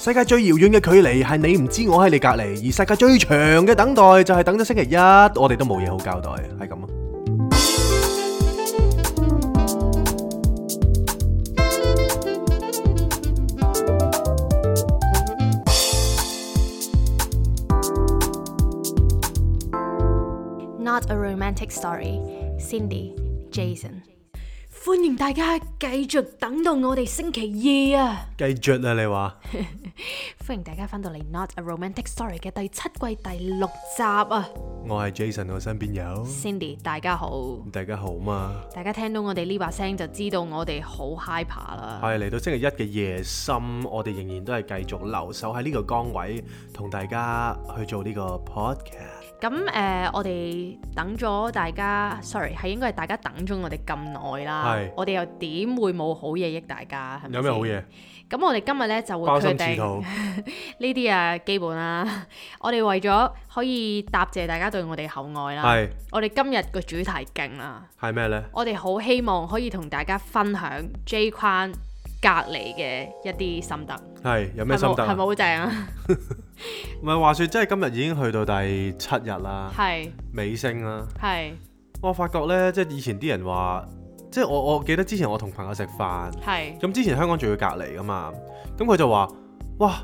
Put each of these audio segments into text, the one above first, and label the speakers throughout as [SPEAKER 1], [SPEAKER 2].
[SPEAKER 1] 世界最遙遠嘅距離係你唔知我喺你隔離，而世界最長嘅等待就係等咗星期一，我哋都冇嘢好交代，係咁啊。
[SPEAKER 2] Not a romantic story. Cindy, Jason。
[SPEAKER 3] 歡迎大家繼續等到我哋星期二啊！
[SPEAKER 1] 繼續啊，你話
[SPEAKER 3] 歡迎大家翻到嚟《Not a Romantic Story》嘅第七季第六集啊
[SPEAKER 1] 我係 Jason，我身邊有
[SPEAKER 3] ！Cindy，大家好，
[SPEAKER 1] 大家好嘛？
[SPEAKER 3] 大家聽到我哋呢把聲就知道我哋好 hyper 啦。
[SPEAKER 1] 係嚟到星期一嘅夜深，我哋仍然都係繼續留守喺呢個崗位，同大家去做呢個 podcast。
[SPEAKER 3] 咁誒、呃我哋等咗大家，sorry，係應該係大家等咗我哋咁耐啦
[SPEAKER 1] 係。
[SPEAKER 3] 我哋又點會冇好嘢益大家？係咪
[SPEAKER 1] 有咩好
[SPEAKER 3] 先？
[SPEAKER 1] 嘢？
[SPEAKER 3] 咁我哋今日咧就會
[SPEAKER 1] 包
[SPEAKER 3] 決
[SPEAKER 1] 心刺
[SPEAKER 3] 定。
[SPEAKER 1] 肚，
[SPEAKER 3] 呢啲啊基本啦， 我哋為咗可以答謝大家對我哋厚愛啦，
[SPEAKER 1] 係
[SPEAKER 3] 我哋今日個主題勁啦，
[SPEAKER 1] 係咩呢？
[SPEAKER 3] 我哋好希望可以同大家分享 J 框隔離嘅一啲心得，
[SPEAKER 1] 係有咩
[SPEAKER 3] 係
[SPEAKER 1] 心
[SPEAKER 3] 冇
[SPEAKER 1] 得
[SPEAKER 3] 係咪
[SPEAKER 1] 啊？
[SPEAKER 3] 好正啊？
[SPEAKER 1] 唔係話説，即係今日已經去到第七日啦，
[SPEAKER 3] 係
[SPEAKER 1] 尾聲啦。
[SPEAKER 3] 係
[SPEAKER 1] 我發覺呢，即係以前啲人話，即係我我記得之前我同朋友食飯，
[SPEAKER 3] 係
[SPEAKER 1] 咁之前香港仲要隔離噶嘛，咁佢就話：哇，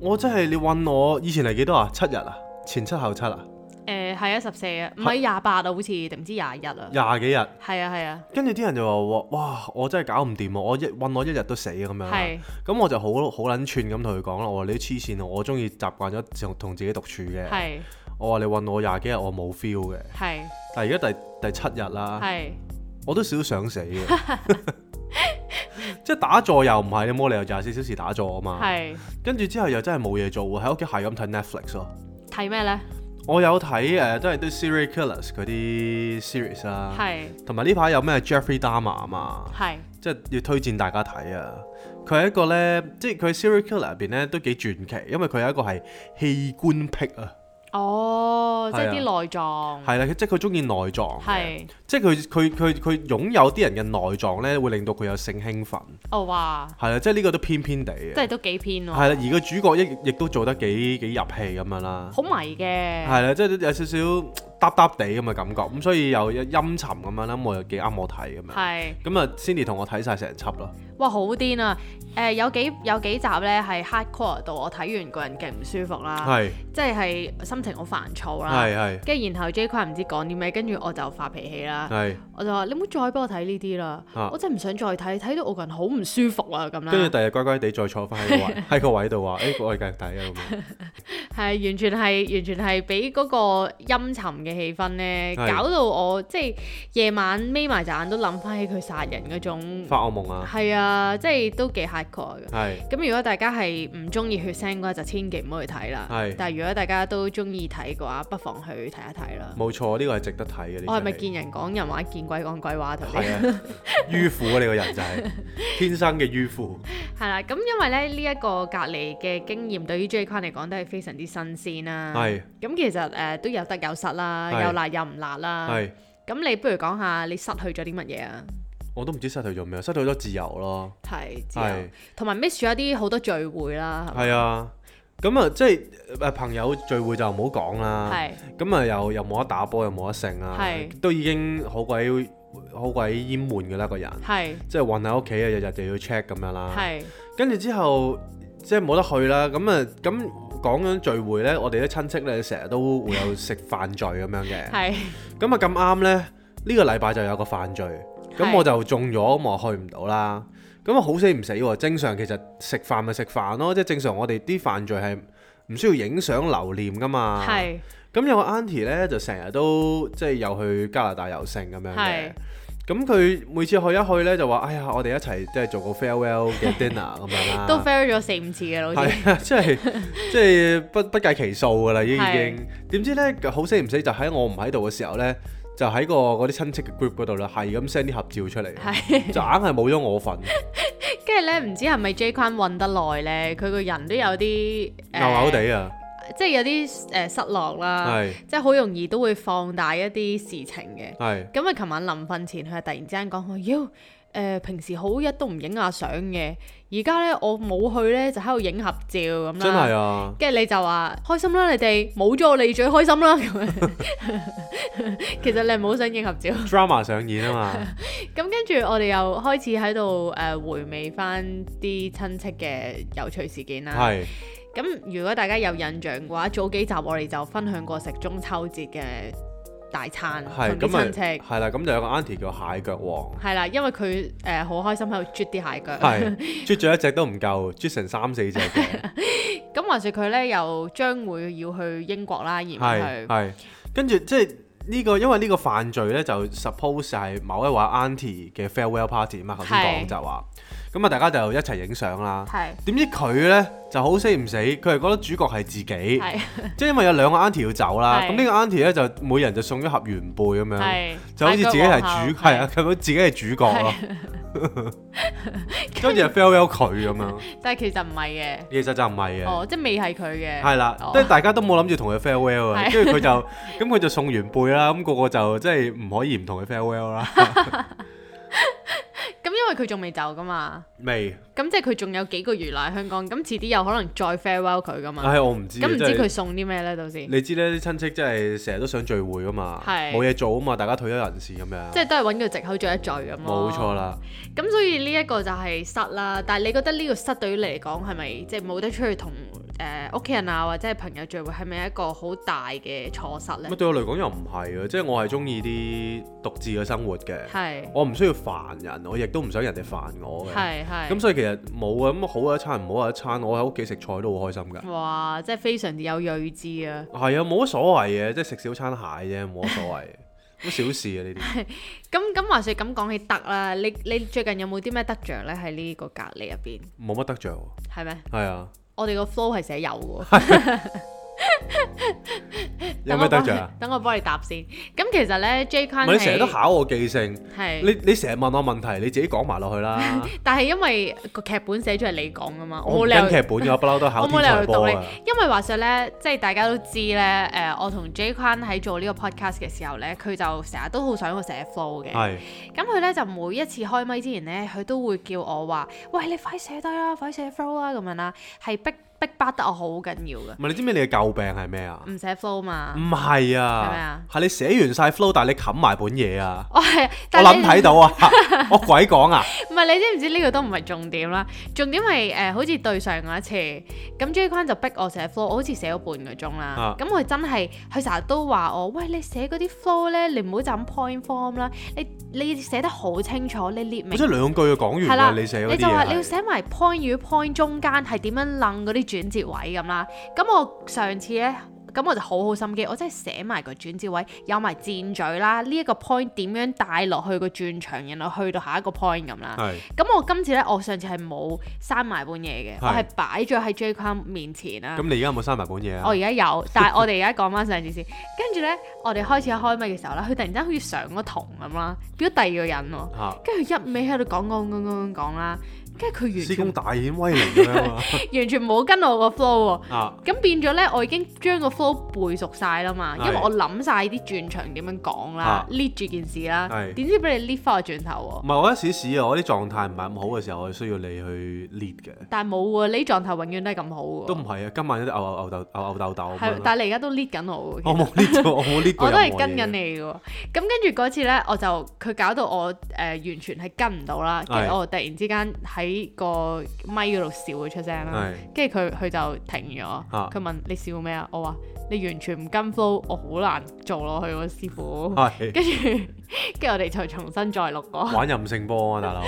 [SPEAKER 1] 我真係你問我以前係幾多啊？七日啊，前七後七啊，
[SPEAKER 3] 誒係啊十四啊，唔係廿八啊，好似定唔知廿一啊，
[SPEAKER 1] 廿幾日。
[SPEAKER 3] 係啊係啊
[SPEAKER 1] 跟住啲人就話：哇，我真係搞唔掂啊！我一韞我一日都死啊咁樣啦。
[SPEAKER 3] 係
[SPEAKER 1] 咁我就好好撚串咁同佢講啦，我話你都黐線啊！我中意習慣咗同同自己獨處嘅。
[SPEAKER 3] 係
[SPEAKER 1] 我話你韞我廿幾日，我冇 feel 嘅。
[SPEAKER 3] 係
[SPEAKER 1] 但係而家第第七日啦，
[SPEAKER 3] 係
[SPEAKER 1] 我都少想死嘅。 即係打坐又唔係，你冇理由廿四小時打坐啊嘛。
[SPEAKER 3] 係
[SPEAKER 1] 跟住之後又真係冇嘢做喎，喺屋企係咁睇 Netflix 咯。
[SPEAKER 3] 睇咩咧？
[SPEAKER 1] 我有睇誒、呃都係啲 serial killers 嗰啲 series 啦，
[SPEAKER 3] 係
[SPEAKER 1] 同埋呢排有咩 Jeffrey Dahmer 啊嘛。
[SPEAKER 3] 係
[SPEAKER 1] 即係要推薦大家睇啊！佢係一個呢，即係佢 serial killer 入邊呢都幾傳奇，因為佢有一個係器官癖啊，
[SPEAKER 3] 哦，即係啲
[SPEAKER 1] 係
[SPEAKER 3] 內臟
[SPEAKER 1] 係啦，即係啊佢中意內臟嘅，
[SPEAKER 3] 係
[SPEAKER 1] 即係佢佢佢佢擁有啲人嘅內臟呢，會令到佢有性興奮，
[SPEAKER 3] 哦哇！
[SPEAKER 1] 係啊啦，即係呢個都偏偏地
[SPEAKER 3] 即
[SPEAKER 1] 嘅，
[SPEAKER 3] 係都哦幾偏喎，
[SPEAKER 1] 係啦，而個主角亦亦都做得幾幾入戲咁樣啦，
[SPEAKER 3] 好迷嘅，
[SPEAKER 1] 係啦，即係有少少嗒嗒地咁嘅感覺，咁所以又陰沉咁樣啦，咁我又幾啱我睇咁樣，
[SPEAKER 3] 係
[SPEAKER 1] 咁啊 Cindy 同我睇晒成輯咯，
[SPEAKER 3] 哇好癲啊！誒、有幾有幾集咧係 hardcore 到我睇完個人勁唔舒服啦，
[SPEAKER 1] 係
[SPEAKER 3] 即係係心啊情好煩躁啦，
[SPEAKER 1] 係係
[SPEAKER 3] 跟住然後 J 君唔知講啲咩，跟住我就發脾氣啦，
[SPEAKER 1] 係。
[SPEAKER 3] 我就話你唔好再俾我睇呢啲啦，
[SPEAKER 1] 啊
[SPEAKER 3] 我真係唔想再睇，睇到我個人好唔舒服啊咁啦，
[SPEAKER 1] 跟住第日乖乖地再坐翻喺個 位喺個位度話，誒、我哋繼續睇啊咁樣。
[SPEAKER 3] 係完全係完全係俾嗰個陰沉嘅氣氛咧，
[SPEAKER 1] 係
[SPEAKER 3] 搞到我即係夜晚眯埋隻眼都諗翻起佢殺人嗰種，
[SPEAKER 1] 發惡夢啊，
[SPEAKER 3] 係啊，即係都幾 hardcore 嘅。
[SPEAKER 1] 係
[SPEAKER 3] 咁如果大家係唔中意血腥嘅話，就千祈唔好去睇啦。
[SPEAKER 1] 係
[SPEAKER 3] 但係如果大家都中意睇嘅話，不妨去睇一睇啦。
[SPEAKER 1] 冇錯，呢、個係值得睇嘅。呢
[SPEAKER 3] 我係咪
[SPEAKER 1] 出戲
[SPEAKER 3] 見人講人話，見鬼講鬼話同你？
[SPEAKER 1] 係啊？迂腐啊！你個人就係 天生嘅迂腐，
[SPEAKER 3] 係啦，咁因為咧呢一個隔離嘅經驗對於 J 框嚟講都係非常之新鮮啦。
[SPEAKER 1] 係
[SPEAKER 3] 咁其實誒、呃都有得有失啦，
[SPEAKER 1] 係
[SPEAKER 3] 有辣有唔辣啦。
[SPEAKER 1] 係
[SPEAKER 3] 咁你不如講下你失去咗啲乜嘢啊？
[SPEAKER 1] 我都唔知失去咗咩，失去咗自由咯，
[SPEAKER 3] 係之後
[SPEAKER 1] 係，
[SPEAKER 3] 同埋 miss 咗一啲好多聚會啦。
[SPEAKER 1] 係啊。咁啊，即係誒朋友聚會就唔好講啦。
[SPEAKER 3] 係
[SPEAKER 1] 咁啊，又又冇得打波，又冇得剩啊，
[SPEAKER 3] 係
[SPEAKER 1] 都已經好鬼好鬼厭悶嘅啦，個人
[SPEAKER 3] 係
[SPEAKER 1] 即係韞喺屋企啊，日日就要 check 咁樣啦。
[SPEAKER 3] 係
[SPEAKER 1] 跟住之後即係冇得去啦，咁啊咁講緊聚會呢，我哋啲親戚呢，成日都會有食飯聚咁樣嘅，
[SPEAKER 3] 係
[SPEAKER 1] 咁啊咁啱呢，呢、個禮拜就有個飯聚，咁
[SPEAKER 3] 係
[SPEAKER 1] 我就中咗，咁我去唔到啦，咁啊好死唔死喎，正常其實食飯咪食飯咯，即係正常我哋啲飯聚係唔需要影相留念噶嘛，
[SPEAKER 3] 係
[SPEAKER 1] 咁有個 auntie 呢，就成日都即係又去加拿大遊勝咁樣嘅
[SPEAKER 3] 係。
[SPEAKER 1] 咁佢每次去一去呢，就話：哎呀，我哋一齊即係做個 farewell 嘅 dinner 咁樣啦。
[SPEAKER 3] 都 fail 咗四五次嘅啦，好似。
[SPEAKER 1] 係 啊，即係即係不不計其數㗎啦，已
[SPEAKER 3] 係
[SPEAKER 1] 經。點知咧好死唔死就喺我唔喺度嘅時候咧，就喺個嗰啲親戚嘅 group 嗰度啦，係咁 send 啲合照出嚟，就硬係冇咗我份，
[SPEAKER 3] 跟住咧，唔知係咪 J 框混得耐咧，佢個人都有 啲
[SPEAKER 1] 牛牛，地啊，
[SPEAKER 3] 呃即係有啲誒、呃失落啦，
[SPEAKER 1] 係
[SPEAKER 3] 即係好容易都會放大一啲事情嘅。
[SPEAKER 1] 係
[SPEAKER 3] 咁啊，琴晚臨瞓前佢突然之間講我，妖誒平時好日都唔影下相嘅，而家咧我冇去咧就喺度影合照咁啦。
[SPEAKER 1] 真係啊！
[SPEAKER 3] 跟住你就話開心啦，你哋冇咗我你最開心啦咁樣。 其實你係冇想影合照。
[SPEAKER 1] drama 上演啊嘛，
[SPEAKER 3] 咁跟住我哋又開始喺度誒回味翻啲親戚嘅有趣事件啦。
[SPEAKER 1] 係
[SPEAKER 3] 咁如果大家有印象嘅話，早幾集我哋就分享過食中秋節嘅大餐
[SPEAKER 1] 係咁
[SPEAKER 3] 同
[SPEAKER 1] 啊
[SPEAKER 3] 啲
[SPEAKER 1] 咪
[SPEAKER 3] 親戚。
[SPEAKER 1] 係啦，咁就有個 auntie 叫蟹腳王，
[SPEAKER 3] 係啦，因為佢誒好開心喺度啜啲蟹腳。
[SPEAKER 1] 係啜咗一隻都唔夠，啜成三四隻嘅，
[SPEAKER 3] 咁話說佢咧又將會要去英國啦，而唔
[SPEAKER 1] 係
[SPEAKER 3] 係
[SPEAKER 1] 係跟住即係呢個，因為呢個犯罪咧就 suppose 係某一位 auntie 嘅 farewell party 嘛，頭先講
[SPEAKER 3] 係
[SPEAKER 1] 就話，咁啊大家就一齊影相啦。
[SPEAKER 3] 係
[SPEAKER 1] 點知佢咧就好死唔死，佢係覺得主角係自己，
[SPEAKER 3] 係
[SPEAKER 1] 即係因為有兩個 auntie 要走啦，
[SPEAKER 3] 係
[SPEAKER 1] 咁呢個 auntie 咧就每人就送咗盒原貝咁樣，
[SPEAKER 3] 係，
[SPEAKER 1] 就好似自己係主係
[SPEAKER 3] 係
[SPEAKER 1] 啊，佢好似自己係主角咯。
[SPEAKER 3] 係
[SPEAKER 1] 跟住就 farewell 佢咁樣，
[SPEAKER 3] 但係其實唔係
[SPEAKER 1] 其實就唔係
[SPEAKER 3] 嘅，
[SPEAKER 1] 嘅，
[SPEAKER 3] 哦，即係未係佢嘅，
[SPEAKER 1] 係啦，
[SPEAKER 3] 哦
[SPEAKER 1] 即係大家都冇諗住同佢 farewell 啊，
[SPEAKER 3] 係
[SPEAKER 1] 跟住佢就咁佢就送完背啦，咁個個就即係唔可以唔同佢 farewell 啦，
[SPEAKER 3] 咁因為佢仲未走噶嘛，
[SPEAKER 1] 未，
[SPEAKER 3] 咁即係佢仲有幾個月留喺香港，咁遲啲有可能再 farewell 佢噶嘛，
[SPEAKER 1] 唉我唔知啊，
[SPEAKER 3] 咁唔知
[SPEAKER 1] 真係
[SPEAKER 3] 佢送啲咩咧？到時
[SPEAKER 1] 你知咧啲親戚真係成日都想聚會噶嘛，
[SPEAKER 3] 係
[SPEAKER 1] 冇嘢做啊嘛，大家退休人士咁樣，
[SPEAKER 3] 即係都係揾個藉口聚一聚咁咯。
[SPEAKER 1] 冇錯。啦，
[SPEAKER 3] 咁所以呢一個就係失啦，但係你覺得呢個失對於你嚟講係咪即係冇得出去同誒屋企人啊或者係朋友聚會係咪一個好大嘅錯失
[SPEAKER 1] 咁
[SPEAKER 3] 呢？
[SPEAKER 1] 對我嚟講又唔係啊，即係我係中意啲獨自嘅生活嘅，
[SPEAKER 3] 係
[SPEAKER 1] 我唔需要煩人，我亦都唔想人哋煩我嘅，
[SPEAKER 3] 係係。
[SPEAKER 1] 咁所以其實冇啊，咁好一餐唔好一餐，我喺屋企食菜都好開心㗎。
[SPEAKER 3] 哇！真係非常之有睿智啊！
[SPEAKER 1] 係啊，冇乜所謂嘅，即係食少餐蟹啫，冇乜所謂， 好小事啊呢啲。
[SPEAKER 3] 咁咁話説咁講起得啦，你你最近有冇啲咩得着呢？喺呢個隔離入邊
[SPEAKER 1] 冇乜得着喎，
[SPEAKER 3] 係咪？
[SPEAKER 1] 係啊，
[SPEAKER 3] 我哋個 flow 係寫有嘅喎。
[SPEAKER 1] 有咩得着啊？
[SPEAKER 3] 等我幫你答先。咁其實呢 J
[SPEAKER 1] 唔
[SPEAKER 3] Kun
[SPEAKER 1] 係你成日都考我記性，
[SPEAKER 3] 係
[SPEAKER 1] 你你成日問我問題，你自己講埋落去啦。
[SPEAKER 3] 但係因為個劇本寫咗係你講啊噶嘛，
[SPEAKER 1] 我
[SPEAKER 3] 冇
[SPEAKER 1] 唔
[SPEAKER 3] 理
[SPEAKER 1] 跟劇
[SPEAKER 3] 由，
[SPEAKER 1] 本嘅，我不嬲都考
[SPEAKER 3] 我
[SPEAKER 1] 天
[SPEAKER 3] 冇理
[SPEAKER 1] 才
[SPEAKER 3] 由讀
[SPEAKER 1] 波
[SPEAKER 3] 你
[SPEAKER 1] 啊。。
[SPEAKER 3] 因為話說咧，即係大家都知咧，誒、我同 J 坤喺做呢個 podcast 嘅時候咧，佢就成日都好想我寫 flow 嘅。
[SPEAKER 1] 係
[SPEAKER 3] 咁佢咧就每一次開咪之前咧，佢都會叫我話：喂，你快寫低啦，快寫 flow 啦，咁樣啦，係逼逼巴得我好緊要嘅，
[SPEAKER 1] 唔係你知唔知你嘅舊病係咩啊？
[SPEAKER 3] 唔寫 flow 嘛。
[SPEAKER 1] 唔係
[SPEAKER 3] 嗯係咪
[SPEAKER 1] 啊
[SPEAKER 3] 啊，
[SPEAKER 1] 係你寫完晒 flow，但係你冚埋本嘢啊！
[SPEAKER 3] 我係，
[SPEAKER 1] 我
[SPEAKER 3] 但係
[SPEAKER 1] 諗
[SPEAKER 3] 你
[SPEAKER 1] 睇到 啊，我鬼講啊！
[SPEAKER 3] 唔係你知唔知呢個都唔係重點啦，重點係誒、呃好似對上嗰一次，咁 J 坤就逼我寫 flow，我好似寫咗半個鐘啦
[SPEAKER 1] 啊。
[SPEAKER 3] 咁佢、真係佢成日都話我，喂你寫嗰啲 flow 咧，你唔好就咁 point form 啦，你你寫得好清楚，你列
[SPEAKER 1] 即
[SPEAKER 3] 明
[SPEAKER 1] 係兩句就講完啦，你寫嗰
[SPEAKER 3] 你
[SPEAKER 1] 啲
[SPEAKER 3] 就話你要
[SPEAKER 1] 嘢係。
[SPEAKER 3] 寫埋 point 與 point 中間係點樣楞嗰啲轉折位咁啦。咁我上次咧。咁我就好好心機，我真係寫埋個轉折位，有埋箭嘴啦，呢、一個 point 點樣帶落去個轉場，然後去到下一個 point 咁啦。
[SPEAKER 1] 係
[SPEAKER 3] 咁我今次咧，我上次係冇閂埋本嘢
[SPEAKER 1] 係
[SPEAKER 3] 嘅，我係擺咗喺 J 框面前啦
[SPEAKER 1] 咁，。你而家有冇刪埋本嘢啊
[SPEAKER 3] 我而？家有，但係我哋而家講翻上次先。跟住咧，我哋開始開咪嘅時候咧，佢突然間好似上咗堂咁啦，變咗第二個人喎。
[SPEAKER 1] 嚇！
[SPEAKER 3] 跟住一味喺度講講講講講啦，跟住佢完
[SPEAKER 1] 施
[SPEAKER 3] 全
[SPEAKER 1] 工大顯威靈咁樣 啊
[SPEAKER 3] 完全冇跟我個 flow 喎。
[SPEAKER 1] 啊！
[SPEAKER 3] 咁變咗咧，我已經將個 flow 背熟晒啦嘛，因為
[SPEAKER 1] 係
[SPEAKER 3] 我諗晒啲轉場點樣講啦
[SPEAKER 1] 啊
[SPEAKER 3] ，lead 住件事啦
[SPEAKER 1] 係，
[SPEAKER 3] 點知俾你 lead 翻我轉頭
[SPEAKER 1] 唔
[SPEAKER 3] 喎。
[SPEAKER 1] 係我一時時啊，我啲狀態唔係咁好嘅時候，我需要你去 lead 嘅，
[SPEAKER 3] 但係冇喎，呢狀態永遠都係咁好喎。
[SPEAKER 1] 都唔係啊。今晚有啲牛牛牛豆牛牛豆豆咁
[SPEAKER 3] 係
[SPEAKER 1] 樣，啦
[SPEAKER 3] 但係你而家都 lead 緊我喎。其
[SPEAKER 1] 我
[SPEAKER 3] 實
[SPEAKER 1] 冇 lead 到，我冇 lead 過
[SPEAKER 3] 啊 我都係
[SPEAKER 1] 任何
[SPEAKER 3] 跟緊
[SPEAKER 1] 嘢。
[SPEAKER 3] 你嘅喎，咁跟住嗰次呢，我就佢搞到我誒、呃完全係跟唔到啦，跟住
[SPEAKER 1] 係
[SPEAKER 3] 我突然之間喺個咪嗰度笑咗出聲啦，
[SPEAKER 1] 係
[SPEAKER 3] 跟住佢佢就停咗，佢、問你笑咩啊？我話你完全唔跟 flow，我好難做落去喎，師傅。
[SPEAKER 1] 係
[SPEAKER 3] 跟住跟住我哋就重新再錄過，
[SPEAKER 1] 玩任性波啊，大佬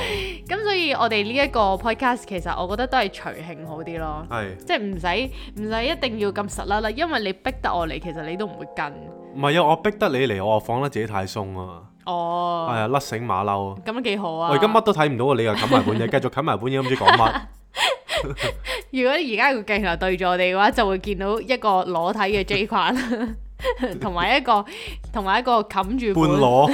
[SPEAKER 3] 咁所以我哋呢一個 podcast 其實我覺得都係隨興好啲咯。
[SPEAKER 1] 係
[SPEAKER 3] 即係唔使唔使一定要咁實啦啦，因為你逼得我嚟，其實你都唔會跟。
[SPEAKER 1] 唔係啊？我逼得你嚟，我又放得自己太鬆啊
[SPEAKER 3] 哦，
[SPEAKER 1] 嘛，係啊，甩繩馬騮。
[SPEAKER 3] 咁幾好啊！
[SPEAKER 1] 我而家乜都睇唔到啊！你又冚埋本嘢，繼續冚埋本嘢，都唔知講乜。
[SPEAKER 3] 如果而家個鏡頭對住我哋嘅話，就會見到一個裸體嘅 J 框。 同埋一個同埋一個冚住
[SPEAKER 1] 半
[SPEAKER 3] 本
[SPEAKER 1] 裸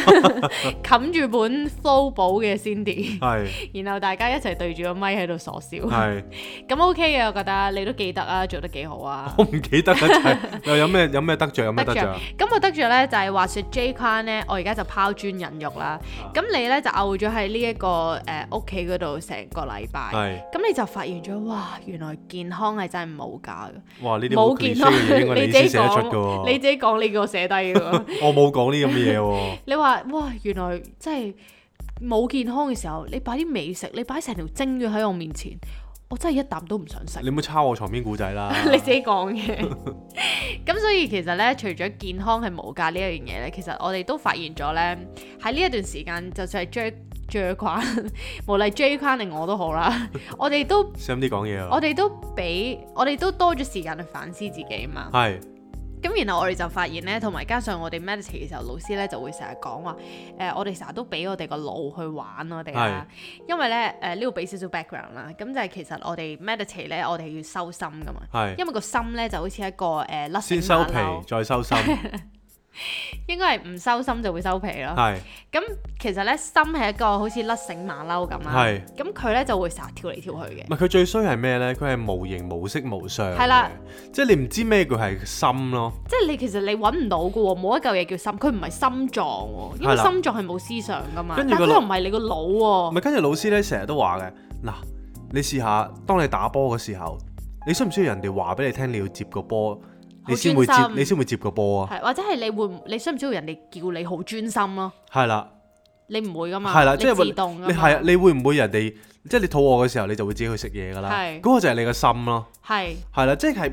[SPEAKER 3] 冚住本 flow 簿嘅 Cindy，
[SPEAKER 1] 係
[SPEAKER 3] 然後大家一齊對住個咪喺度傻笑，
[SPEAKER 1] 係，
[SPEAKER 3] 咁 OK 嘅，我覺得你都記得啊，做得幾好啊。
[SPEAKER 1] 我唔記得啦，就係 又有咩有咩得着，有咩得
[SPEAKER 3] 得
[SPEAKER 1] 着
[SPEAKER 3] 着？咁我得着咧就係、話説 J 框咧，我而家就拋磚引玉啦。
[SPEAKER 1] 啊
[SPEAKER 3] 咁、你咧就漚咗喺呢一個誒屋企嗰度成個禮拜，
[SPEAKER 1] 係
[SPEAKER 3] 咁你就發現咗哇，原來健康係真係冇價嘅。
[SPEAKER 1] 哇！呢啲好
[SPEAKER 3] 冇
[SPEAKER 1] c
[SPEAKER 3] 健
[SPEAKER 1] l
[SPEAKER 3] 康，
[SPEAKER 1] 嘅嘢應該
[SPEAKER 3] 你
[SPEAKER 1] 你
[SPEAKER 3] 自
[SPEAKER 1] 先
[SPEAKER 3] 己
[SPEAKER 1] 寫得出嘅
[SPEAKER 3] 講，你
[SPEAKER 1] 喎。
[SPEAKER 3] 自己講呢個寫低嘅喎。
[SPEAKER 1] 我冇講呢咁嘅嘢喎。
[SPEAKER 3] 你話哇，原來真係冇健康嘅時候，你擺啲美食，你擺成條蒸魚喺我面前，我真係一啖都唔想食。
[SPEAKER 1] 你唔好抄我床邊故仔 啦。
[SPEAKER 3] 你自己講嘅。咁所以其實咧，除咗健康係無價呢一樣嘢咧，其實我哋都發現咗咧，喺呢一段時間，就算係 J J 框， 無論 J 框定我都好啦， 我哋都
[SPEAKER 1] 小心啲講嘢啊
[SPEAKER 3] 我。哋都俾我哋都多咗時間去反思自己嘛。
[SPEAKER 1] 係
[SPEAKER 3] 咁然後我哋就發現咧，同埋加上我哋 meditate 嘅時候，老師咧就會成日講話，誒、我哋成日都俾我哋個腦去玩我哋啦，因為咧誒呢度俾少少 background 啦，咁就係其實我哋 meditate 咧，我哋要收心噶嘛，
[SPEAKER 1] 係，
[SPEAKER 3] 因為個心咧就好似一個誒甩繩
[SPEAKER 1] 先收皮
[SPEAKER 3] 馬騮
[SPEAKER 1] 再收心。
[SPEAKER 3] 應該係唔收心就會收皮咯。
[SPEAKER 1] 係
[SPEAKER 3] 咁其實咧心係一個好似甩繩馬騮咁啦
[SPEAKER 1] 係，
[SPEAKER 3] 咁佢咧就會成日跳嚟跳去嘅
[SPEAKER 1] 唔。係佢最衰係咩呢？佢係無形無色無相嘅。
[SPEAKER 3] 係啦
[SPEAKER 1] 即係你唔知咩叫係心咯。
[SPEAKER 3] 即係你其實你揾唔到嘅喎，冇一嚿嘢叫心，佢唔係心臟喎，因
[SPEAKER 1] 係
[SPEAKER 3] 為
[SPEAKER 1] 啦
[SPEAKER 3] 心臟係冇思想噶嘛，
[SPEAKER 1] 跟
[SPEAKER 3] 但
[SPEAKER 1] 住個
[SPEAKER 3] 佢又
[SPEAKER 1] 腦
[SPEAKER 3] 唔係你個腦
[SPEAKER 1] 咪
[SPEAKER 3] 喎，
[SPEAKER 1] 跟住老師咧，成日都話嘅嗱，你試下當你打波嘅時候，你需唔需要人哋話俾你聽你要接個波，你先會接
[SPEAKER 3] 專心
[SPEAKER 1] 你先會接個波啊？
[SPEAKER 3] 係或者係你會唔你需唔需要人哋叫你好專心咯？
[SPEAKER 1] 係啦，
[SPEAKER 3] 你唔會噶嘛，
[SPEAKER 1] 係啦，
[SPEAKER 3] 啊你
[SPEAKER 1] 即係會
[SPEAKER 3] 自動噶
[SPEAKER 1] 你係啊
[SPEAKER 3] 嘛，
[SPEAKER 1] 你會唔會人哋即係你肚餓嘅時候，你就會自己去食嘢㗎啦？
[SPEAKER 3] 係
[SPEAKER 1] 嗰個就係你個心咯，
[SPEAKER 3] 係，
[SPEAKER 1] 係啦，即係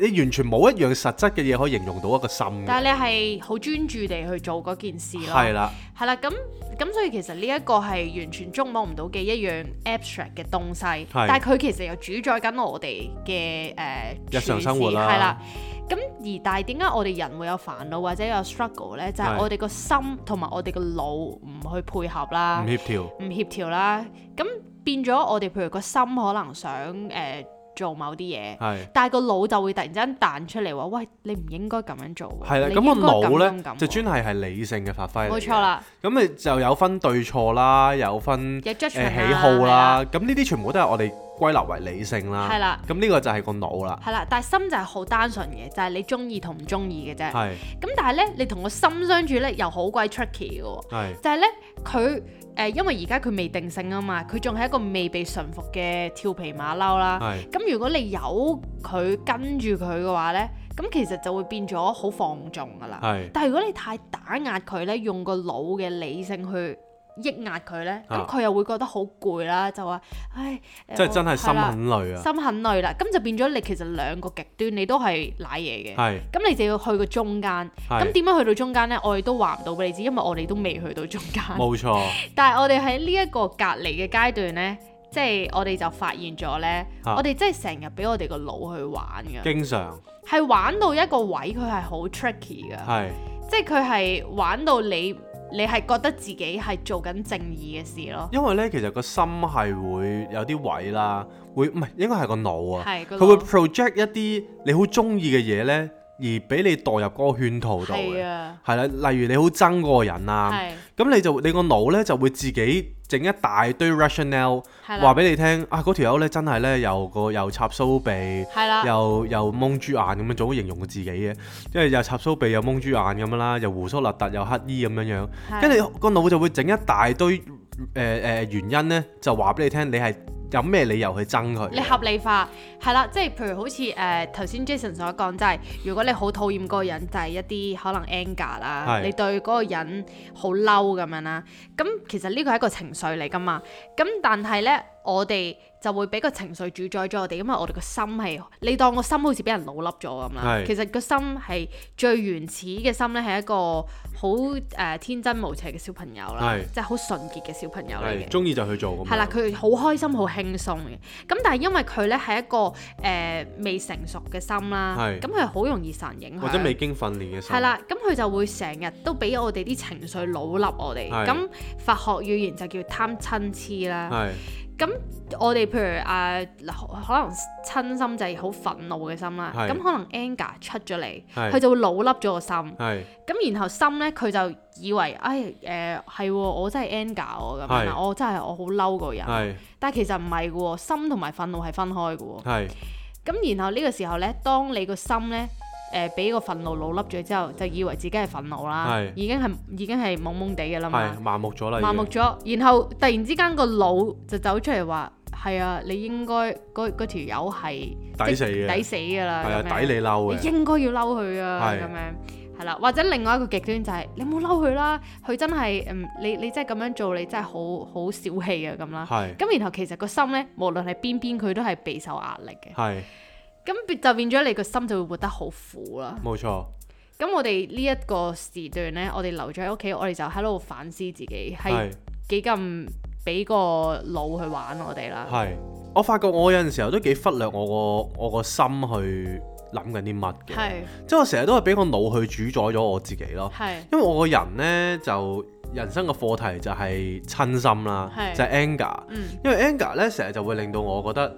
[SPEAKER 1] 你完全冇一樣實質嘅嘢可以形容到一個心嘅，
[SPEAKER 3] 但係你係好專注地去做嗰件事咯，
[SPEAKER 1] 係啦，
[SPEAKER 3] 係啦，咁咁所以其實呢一個係完全捉摸唔到嘅一樣 abstract 嘅東西，但係佢其實又主宰緊我哋嘅誒
[SPEAKER 1] 日常生活啦
[SPEAKER 3] 處事係啦。咁而但係點解我哋人會有煩惱或者有 struggle 呢？就係、
[SPEAKER 1] 係
[SPEAKER 3] 我哋個心同埋我哋個腦唔去配合啦
[SPEAKER 1] 唔，協調，
[SPEAKER 3] 唔協調啦。咁變咗我哋譬如個心可能想誒、呃做某啲嘢。
[SPEAKER 1] 係
[SPEAKER 3] 但係個腦就會突然之間彈出嚟話：喂，你唔應該咁樣做喎。
[SPEAKER 1] 係啦。
[SPEAKER 3] 你
[SPEAKER 1] 咁個
[SPEAKER 3] 應該咁
[SPEAKER 1] 腦
[SPEAKER 3] 咁
[SPEAKER 1] 咧
[SPEAKER 3] 咁
[SPEAKER 1] 就
[SPEAKER 3] 喎
[SPEAKER 1] 專係係理性嘅發揮，
[SPEAKER 3] 冇錯。啦，
[SPEAKER 1] 咁你就有分對錯啦，有分
[SPEAKER 3] 有 judgment
[SPEAKER 1] 誒
[SPEAKER 3] 啦
[SPEAKER 1] 喜好啦
[SPEAKER 3] 係，
[SPEAKER 1] 咁呢啲全部都係我哋歸納為理性啦。
[SPEAKER 3] 係啦
[SPEAKER 1] 咁呢個就係個腦啦，
[SPEAKER 3] 係啦，但係心就係好單純嘅，就係、你中意同唔中意嘅啫。
[SPEAKER 1] 係
[SPEAKER 3] 咁但係咧，你同個心相處咧，又好鬼 tricky 嘅喎。
[SPEAKER 1] 係
[SPEAKER 3] 就係咧，佢誒、呃因為而家佢未定性啊嘛，佢仲係一個未被馴服嘅調皮馬騮啦。
[SPEAKER 1] 係
[SPEAKER 3] 咁如果你由佢跟住佢嘅話咧，咁其實就會變咗好放縱噶啦。
[SPEAKER 1] 係
[SPEAKER 3] 但係如果你太打壓佢咧，用個腦嘅理性去抑壓佢咧，咁
[SPEAKER 1] 啊
[SPEAKER 3] 佢又會覺得好攰啦，就話唉，呃
[SPEAKER 1] 即係真係
[SPEAKER 3] 我
[SPEAKER 1] 心
[SPEAKER 3] 啦
[SPEAKER 1] 很累啊，
[SPEAKER 3] 心很累啦，咁就變咗你其實兩個極端你都係賴嘢嘅，
[SPEAKER 1] 係
[SPEAKER 3] 咁你就要去個中間。
[SPEAKER 1] 係
[SPEAKER 3] 咁點樣去到中間呢？我哋都話唔到俾你知，因為我哋都未去到中間。
[SPEAKER 1] 冇錯，
[SPEAKER 3] 但係我哋喺呢一個隔離嘅階段呢，即係我哋就發現咗呢，
[SPEAKER 1] 啊
[SPEAKER 3] 我哋真係成日俾我哋個腦去玩嘅，
[SPEAKER 1] 經常
[SPEAKER 3] 係玩到一個位佢係好 tricky 嘅，
[SPEAKER 1] 係
[SPEAKER 3] 即係佢係玩到你你係覺得自己係做緊正義嘅事咯，
[SPEAKER 1] 因為咧，其實個心係會有啲位啦，會唔係應該係個腦啊，
[SPEAKER 3] 係個
[SPEAKER 1] 佢會
[SPEAKER 3] 腦
[SPEAKER 1] project 一啲你好中意嘅嘢咧，而俾你代入嗰個圈套度
[SPEAKER 3] 係
[SPEAKER 1] 嘅，
[SPEAKER 3] 啊，
[SPEAKER 1] 係啦，例如你好憎嗰個人啊。
[SPEAKER 3] 係
[SPEAKER 1] 咁你就你個腦咧就會自己整一大堆 rationale 話
[SPEAKER 3] 係啦，
[SPEAKER 1] 俾你聽啊，嗰條友咧真係咧又個又插鬚鼻，
[SPEAKER 3] 係啦。
[SPEAKER 1] 又又蒙豬眼咁樣，總會形容佢自己嘅，因為又插鬚鼻又蒙豬眼咁樣啦，又胡鬚立突又乞衣咁樣樣，
[SPEAKER 3] 係
[SPEAKER 1] 跟住個腦就會整一大堆誒誒、呃呃原因咧，就話俾你聽你係有咩理由去憎佢
[SPEAKER 3] 你
[SPEAKER 1] 嘅，
[SPEAKER 3] 合理化係啦，即係譬如好似誒頭先 Jason 所講，就係如果你好討厭嗰個人，就係一啲可能 anger 啦，
[SPEAKER 1] 係
[SPEAKER 3] 你對嗰個人好嬲咁樣啦。咁其實呢個係一個情緒嚟噶嘛。咁但係呢，我哋就會俾個情緒主宰咗我哋，因為我哋個心係你當個心好似俾人老笠咗咁啦
[SPEAKER 1] 係。
[SPEAKER 3] 其實個心係最原始嘅心呢，係一個好誒、呃天真無邪嘅小朋友啦
[SPEAKER 1] 係，
[SPEAKER 3] 即係好純潔嘅小朋友嚟嘅
[SPEAKER 1] 係。中意就去做咁樣。
[SPEAKER 3] 係啦，佢好開心、好輕鬆嘅。咁但係因為佢咧係一個誒、呃未成熟嘅心啦，
[SPEAKER 1] 係
[SPEAKER 3] 咁佢好容易受人影響，
[SPEAKER 1] 或者未經訓練嘅時候
[SPEAKER 3] 係，啦，咁佢就會成日都俾我哋啲情緒老笠我哋。
[SPEAKER 1] 係
[SPEAKER 3] 咁佛學語言就叫貪嗔痴啦。
[SPEAKER 1] 係
[SPEAKER 3] 咁我哋譬如誒、呃可能親心就係好憤怒嘅心啦，
[SPEAKER 1] 係
[SPEAKER 3] 咁可能 anger 出咗嚟，
[SPEAKER 1] 係
[SPEAKER 3] 佢就會老笠咗個心，
[SPEAKER 1] 係
[SPEAKER 3] 咁然後心咧佢就以為，哎唉誒係喎，我真係 anger 喎咁樣啦，
[SPEAKER 1] 係
[SPEAKER 3] 我真係啊我好嬲個人，
[SPEAKER 1] 係
[SPEAKER 3] 但係其實唔係嘅喎，心同埋憤怒係分開嘅喎。
[SPEAKER 1] 係
[SPEAKER 3] 咁然後呢個時候呢，當你個心呢，誒俾個憤怒老笠咗之後，就以為自己係憤怒啦
[SPEAKER 1] 係，
[SPEAKER 3] 已經係已經係懵懵地嘅啦嘛
[SPEAKER 1] 係，麻木咗啦，已
[SPEAKER 3] 麻木
[SPEAKER 1] 經
[SPEAKER 3] 咗。然後突然之間個腦就走出嚟話：係啊，你應該嗰嗰條友係
[SPEAKER 1] 抵死
[SPEAKER 3] 即
[SPEAKER 1] 嘅，
[SPEAKER 3] 抵死㗎啦，
[SPEAKER 1] 係啊，
[SPEAKER 3] 咁樣
[SPEAKER 1] 抵你嬲
[SPEAKER 3] 你
[SPEAKER 1] 嘅，
[SPEAKER 3] 應該要嬲佢啊，
[SPEAKER 1] 係
[SPEAKER 3] 咁樣。係啦，或者另外一個極端就係、你冇嬲佢啦，佢真係嗯你你真係咁樣做，你真係好好小氣啊咁啦。
[SPEAKER 1] 係
[SPEAKER 3] 咁然後其實個心呢，無論係邊邊，佢都係備受壓力嘅。
[SPEAKER 1] 係
[SPEAKER 3] 咁變就變咗你個心就會活得好苦啦。
[SPEAKER 1] 冇錯，
[SPEAKER 3] 咁我哋呢一個時段呢，我哋留咗喺屋企，我哋就喺度反思自己係
[SPEAKER 1] 係
[SPEAKER 3] 幾咁俾個腦去玩我哋啦。
[SPEAKER 1] 係。我發覺我有陣時候都幾忽略我個我個心去諗緊啲乜嘅，
[SPEAKER 3] 係
[SPEAKER 1] 即係哦我成日都係俾個腦去主宰咗我自己咯。
[SPEAKER 3] 係
[SPEAKER 1] 因為我個人呢，就人生嘅課題就係親心啦
[SPEAKER 3] 係，
[SPEAKER 1] 就係 anger。
[SPEAKER 3] 嗯
[SPEAKER 1] 因為 anger 呢，成日就會令到我覺得誒、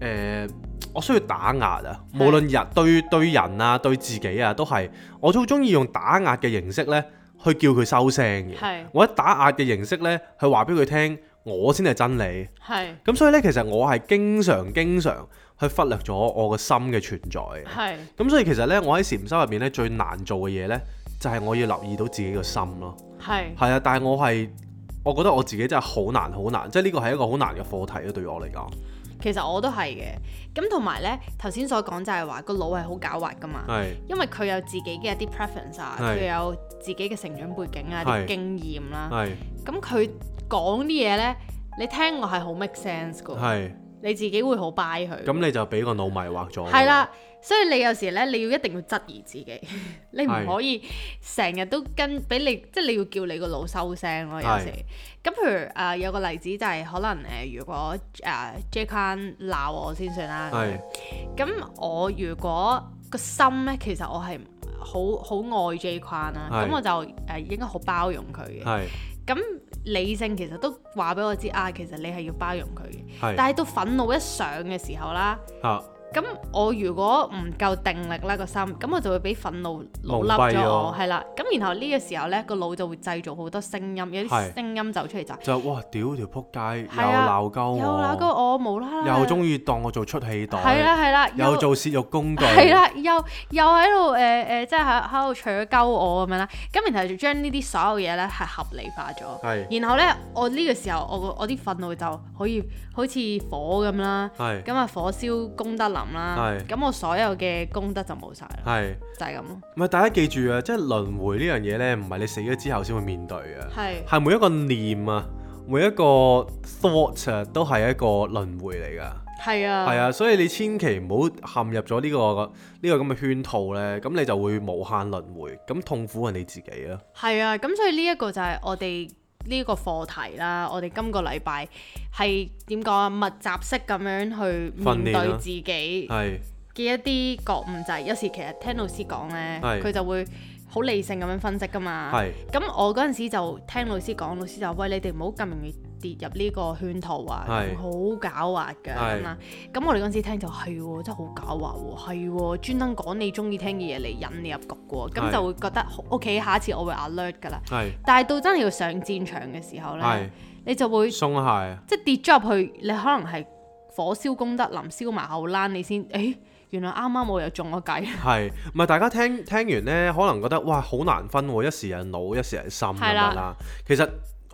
[SPEAKER 1] 呃我需要打壓啊。
[SPEAKER 3] 係
[SPEAKER 1] 無論人對對人啊，對自己啊，都係我都好中意用打壓嘅形式呢，去叫佢收聲嘅。
[SPEAKER 3] 係
[SPEAKER 1] 我一打壓嘅形式呢，去話俾佢聽，我先係真理。
[SPEAKER 3] 係
[SPEAKER 1] 咁所以呢，其實我係經常經常去忽略咗我個心嘅存在嘅。
[SPEAKER 3] 係
[SPEAKER 1] 咁所以其實呢，我喺禪修入面呢，最難做嘅嘢呢，就係、我要留意到自己個心咯。
[SPEAKER 3] 係
[SPEAKER 1] 係啊，但係我係，我覺得我自己真係好難好難，即係呢個係一個好難嘅課題咯，啊對我嚟講。
[SPEAKER 3] 其實我都係嘅。咁同埋呢，頭先所講就係話個腦係好狡猾噶嘛。
[SPEAKER 1] 係
[SPEAKER 3] 因為佢有自己嘅一啲 preference 啊，
[SPEAKER 1] 係
[SPEAKER 3] 佢有自己嘅成長背景啊、
[SPEAKER 1] 係
[SPEAKER 3] 啲經驗啦、
[SPEAKER 1] 係
[SPEAKER 3] 咁佢講啲嘢呢，你聽我係好 make sense 噶，
[SPEAKER 1] 係，
[SPEAKER 3] 你自己會好 buy 佢。
[SPEAKER 1] 咁你就俾個腦迷惑咗。
[SPEAKER 3] 係，啦，所以你有時呢，你要一定要質疑自己， 你唔
[SPEAKER 1] 係
[SPEAKER 3] 可以成日都跟俾你，即係你要叫你個腦收聲咯。有時咁譬如誒、呃有個例子就係、可能誒、呃如果誒 J Kan 鬧我先算啦，
[SPEAKER 1] 係
[SPEAKER 3] 咁我如果個心咧，其實我係好好愛 J 框啦，
[SPEAKER 1] 係
[SPEAKER 3] 咁我就誒、呃、應該好包容佢嘅。
[SPEAKER 1] 係
[SPEAKER 3] 咁理性其實都話俾我知啊，其實你係要包容佢嘅。
[SPEAKER 1] 係
[SPEAKER 3] 但係到憤怒一上嘅時候啦，
[SPEAKER 1] 嚇
[SPEAKER 3] 咁我如果唔夠定力啦個心，咁我就會俾憤怒老笠
[SPEAKER 1] 蒙蔽
[SPEAKER 3] 咗
[SPEAKER 1] 咗
[SPEAKER 3] 我，係啦。咁然後呢個時候咧，個腦就會製造好多聲音，有啲
[SPEAKER 1] 係
[SPEAKER 3] 聲音走出嚟就係
[SPEAKER 1] 就哇屌條撲街又
[SPEAKER 3] 係啊
[SPEAKER 1] 鬧鳩
[SPEAKER 3] 又鬧鳩
[SPEAKER 1] 我，
[SPEAKER 3] 我無啦啦，
[SPEAKER 1] 哦又中意當我做出氣
[SPEAKER 3] 係
[SPEAKER 1] 袋，
[SPEAKER 3] 啦係啦，
[SPEAKER 1] 又做泄欲工具，
[SPEAKER 3] 係啦，又又喺度誒誒，即係喺喺度除咗鳩我咁樣啦，咁然後就將呢啲所有嘢咧係合理化咗。
[SPEAKER 1] 係
[SPEAKER 3] 然後咧，我呢個時候我個我啲憤怒就可以好似火咁啦，
[SPEAKER 1] 係
[SPEAKER 3] 咁啊火燒功德林啦，
[SPEAKER 1] 係
[SPEAKER 3] 咁我所有嘅功德就冇晒啦，
[SPEAKER 1] 係。
[SPEAKER 3] 就係咁咯。
[SPEAKER 1] 唔係大家記住啊，即係輪迴呢樣嘢呢，唔係你死咗之後先會面對嘅。
[SPEAKER 3] 係
[SPEAKER 1] 係每一個念啊，每一個 thought 啊，都係一個輪迴嚟㗎。
[SPEAKER 3] 係啊，
[SPEAKER 1] 係啊，所以你千祈唔好陷入咗呢、個呢、個咁嘅圈套呢，咁你就會無限輪迴，咁痛苦係你自己咯。
[SPEAKER 3] 係啊，咁所以呢一個就係我哋呢個課題啦。我哋今個禮拜係點講啊？密集式咁樣去
[SPEAKER 1] 訓
[SPEAKER 3] 面
[SPEAKER 1] 練啊
[SPEAKER 3] 對
[SPEAKER 1] 啦
[SPEAKER 3] 自己。
[SPEAKER 1] 係
[SPEAKER 3] 嘅一啲覺悟就係、有時其實聽老師講呢，
[SPEAKER 1] 係
[SPEAKER 3] 佢就會好理性咁樣分析噶嘛。
[SPEAKER 1] 係
[SPEAKER 3] 咁我嗰陣時就聽老師講，老師就話喂你哋唔好咁容易跌入呢個圈套啊，
[SPEAKER 1] 係
[SPEAKER 3] 好狡猾
[SPEAKER 1] 係
[SPEAKER 3] 㗎咁啦。咁我哋嗰陣時聽就係喎，真係好狡猾喎，係喎，專登講你中意聽嘅嘢嚟引你入局喎，咁
[SPEAKER 1] 係
[SPEAKER 3] 就會覺得 OK，下一次我會 alert 㗎啦。
[SPEAKER 1] 係
[SPEAKER 3] 但係到真係要上戰場嘅時候呢
[SPEAKER 1] 係，
[SPEAKER 3] 你就會
[SPEAKER 1] 鬆懈啊
[SPEAKER 3] 即係跌咗入去，你可能係火燒功德林，燒埋後欄，你先，誒、原來啱啱我又中咗計，
[SPEAKER 1] 係，啊唔係大家聽聽完呢，可能覺得哇好難分喎，一時係腦，一時係心咁
[SPEAKER 3] 係
[SPEAKER 1] 樣
[SPEAKER 3] 啦
[SPEAKER 1] 啦。其實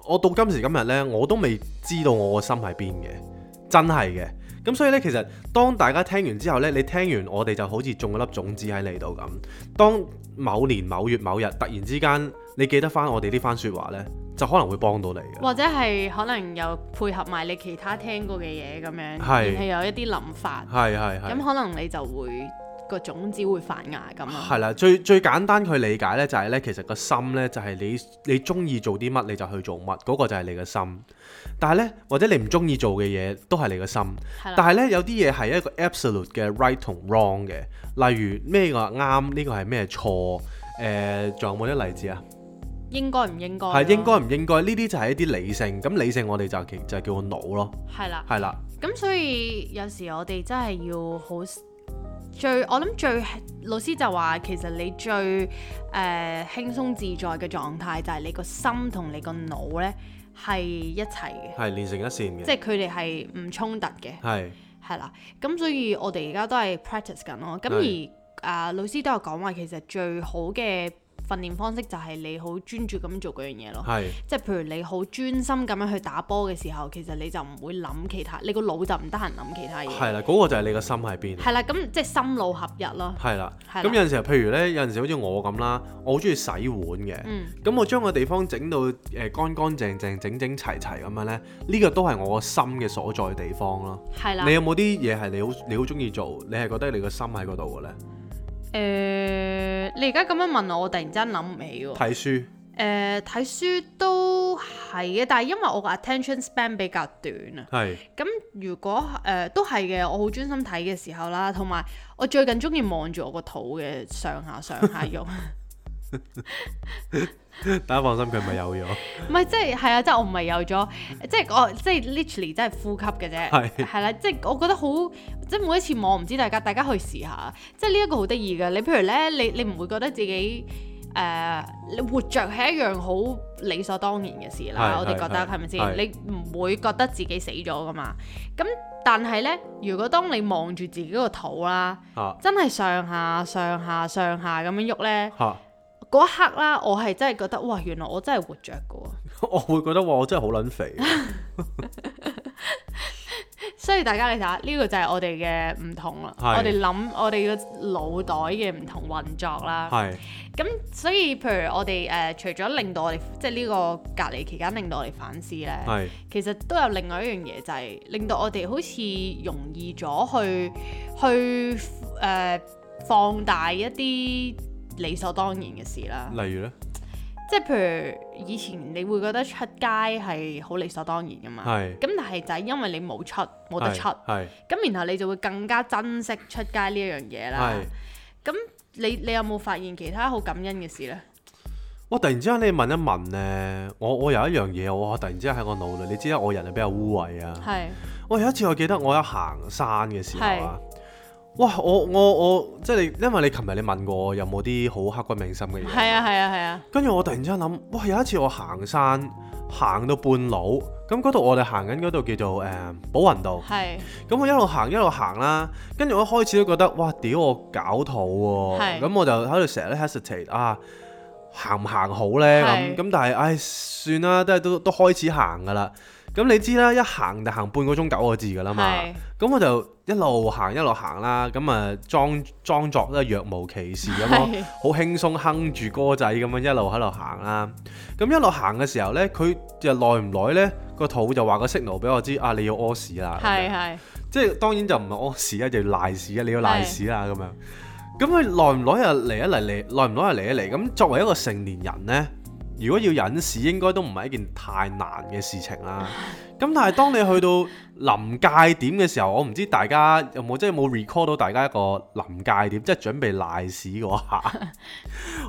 [SPEAKER 1] 我到今時今日呢，我都未知道我個心喺邊嘅，真係嘅。咁所以呢，其實當大家聽完之後呢，你聽完我哋就好似種咗粒種子喺你度咁。當某年某月某日突然之間，你記得翻我哋呢番説話呢，就可能會幫到你嘅。
[SPEAKER 3] 或者係可能又配合埋你其他聽過嘅嘢咁樣，
[SPEAKER 1] 係
[SPEAKER 3] 然後有一啲諗法，
[SPEAKER 1] 係係
[SPEAKER 3] 咁
[SPEAKER 1] 係。
[SPEAKER 3] 可能你就會個種子會發芽咁啊
[SPEAKER 1] 係
[SPEAKER 3] 咯。
[SPEAKER 1] 啦，最最簡單去理解呢，就係呢，其實個心呢，就係你你中意做啲乜你就去做乜，嗰、個就係你嘅心。但係呢，或者你唔中意做嘅嘢都係你嘅心。
[SPEAKER 3] 係
[SPEAKER 1] 但
[SPEAKER 3] 啦，
[SPEAKER 1] 係呢，有啲嘢係一個 absolute 嘅 right 同 wrong 嘅，例如咩個係啱，呢、個係咩錯。誒、仲有冇啲例子啊？
[SPEAKER 3] 應該唔應該？
[SPEAKER 1] 係應該。唔應該？呢啲就係一啲理性，咁理性我哋就其就係叫個腦咯，
[SPEAKER 3] 係啦。
[SPEAKER 1] 係啦，
[SPEAKER 3] 咁所以有時我哋真係要好 s- 最，我諗最老師就話，其實你最誒、呃、輕鬆自在嘅狀態就係你個心同你個腦呢係一齊嘅，
[SPEAKER 1] 係連成一線
[SPEAKER 3] 即
[SPEAKER 1] 嘅，
[SPEAKER 3] 係佢哋係唔衝突嘅，
[SPEAKER 1] 係
[SPEAKER 3] 係啦。咁所以我哋而家都係 practice 緊咯。咁
[SPEAKER 1] 係
[SPEAKER 3] 而啊、老師都有講話，其實最好嘅訓練方式就係你好專注咁做嗰樣嘢咯。
[SPEAKER 1] 係
[SPEAKER 3] 即係譬如你好專心咁樣去打波嘅時候，其實你就唔會諗其他，你個腦就唔得閒諗其他嘢。
[SPEAKER 1] 係啦，嗰個就係你個心喺邊。啊
[SPEAKER 3] 係啦，咁即係心腦合一咯。
[SPEAKER 1] 係啦，
[SPEAKER 3] 係
[SPEAKER 1] 咁
[SPEAKER 3] 啦
[SPEAKER 1] 有陣時候，譬如咧，有陣時好似我咁啦，我好中意洗碗嘅，咁、
[SPEAKER 3] 嗯
[SPEAKER 1] 我將個地方整到誒、呃、乾乾淨淨、整整齊齊咁樣咧，呢、個都係我個心嘅所在地方咯。
[SPEAKER 3] 係啦
[SPEAKER 1] 你，有冇啲嘢係你好你好中意做，你係覺得你個心喺嗰度嘅咧？
[SPEAKER 3] 誒，你而家咁樣問我，我突然之間諗唔起喎。
[SPEAKER 1] 睇書
[SPEAKER 3] 誒，睇書都係嘅，但係因為我個 attention span 比較短啊。
[SPEAKER 1] 係
[SPEAKER 3] 咁如果誒、呃都係嘅，我好專心睇嘅時候啦，同埋我最近中意望住我個肚嘅上下上 下喐，
[SPEAKER 1] 大家放心，佢咪有 咗，
[SPEAKER 3] 唔係即係係啊，即係我唔係有咗，即係我即係 literally 真係呼吸嘅啫，
[SPEAKER 1] 嗯係
[SPEAKER 3] 係啦，即係我覺得好，即係每一次望唔知大家大家去試下，即係呢一個好得意嘅，你譬如咧，你你唔會覺得自己。誒、你活着係一樣好理所當然嘅事啦，
[SPEAKER 1] 係
[SPEAKER 3] 我哋覺得
[SPEAKER 1] 係
[SPEAKER 3] 係咪
[SPEAKER 1] 係
[SPEAKER 3] 先？你唔會覺得自己死咗噶嘛？咁但係呢，如果當你望住自己個肚啦，
[SPEAKER 1] 嚇
[SPEAKER 3] 真係上下上下上下咁樣喐呢，
[SPEAKER 1] 嚇，
[SPEAKER 3] 嗰一刻啦，我係真係覺得哇，原來我真係活着嘅喎。
[SPEAKER 1] 我會覺得哇，我真係好撚 肥，
[SPEAKER 3] 所以大家你睇下，呢、個就係我哋嘅唔同啦。
[SPEAKER 1] 係
[SPEAKER 3] 我哋諗我哋嘅腦袋嘅唔同運作啦。
[SPEAKER 1] 係
[SPEAKER 3] 咁所以譬如我哋誒、呃除咗令到我哋即係呢個隔離期間令到我哋反思咧，
[SPEAKER 1] 係
[SPEAKER 3] 其實都有另外一樣嘢就係、令到我哋好似容易咗去去誒、呃放大一啲理所當然嘅事啦。
[SPEAKER 1] 例如咧，
[SPEAKER 3] 即係譬如以前你會覺得出街係好理所當然噶嘛，
[SPEAKER 1] 係
[SPEAKER 3] 咁但係就係因為你冇出冇得
[SPEAKER 1] 係
[SPEAKER 3] 出，
[SPEAKER 1] 係
[SPEAKER 3] 咁然後你就會更加珍惜出街呢一樣嘢啦
[SPEAKER 1] 係。。
[SPEAKER 3] 咁你你有冇發現其他好感恩嘅事呢？
[SPEAKER 1] 我突然之間你問一問咧，我我有一樣嘢，我突然之間喺我腦裏，你知啦，我人係比較污衊啊。
[SPEAKER 3] 係
[SPEAKER 1] 我有一次我記得我有行山嘅時候啊，哇！我我我即係你，因為你琴日你問過我有冇啲好刻骨銘心嘅嘢，
[SPEAKER 3] 係啊係啊係啊，
[SPEAKER 1] 跟住我突然之間諗，哇！有一次我行山行到半路，咁嗰度我哋行緊嗰度叫做誒、呃、寶雲道，
[SPEAKER 3] 係
[SPEAKER 1] 咁我一路行一路行啦，跟住我一開始都覺得哇！屌我搞肚喎、
[SPEAKER 3] 係
[SPEAKER 1] 咁我就喺度成日都 hesitate 啊，行唔行好呢？咁
[SPEAKER 3] 係
[SPEAKER 1] 咁但係唉算啦，都係都都開始行噶啦。咁你知啦，一行就行半個鐘九個字噶啦嘛。
[SPEAKER 3] 係
[SPEAKER 1] 咁我就一路行一路行啦，咁啊裝裝作咧若無其事咁咯，
[SPEAKER 3] 係
[SPEAKER 1] 好輕鬆哼住歌仔咁樣一路喺度行啦。咁一路行嘅時候呢，佢就耐唔耐呢個肚就話個 signal 俾我知啊，你要屙屎啦。咁樣
[SPEAKER 3] 係係
[SPEAKER 1] 即係當然就唔係屙屎啊，就要賴屎啊，你要賴屎啦咁樣。咁佢耐唔耐又嚟一嚟嚟，耐唔耐又嚟一嚟。咁作為一個成年人呢，如果要忍屎，應該都唔係一件太難嘅事情啦。咁但係當你去到臨界點嘅時候，我唔知大家有冇即係有冇 recall 到大家一個臨界點，即係準備賴屎嗰下。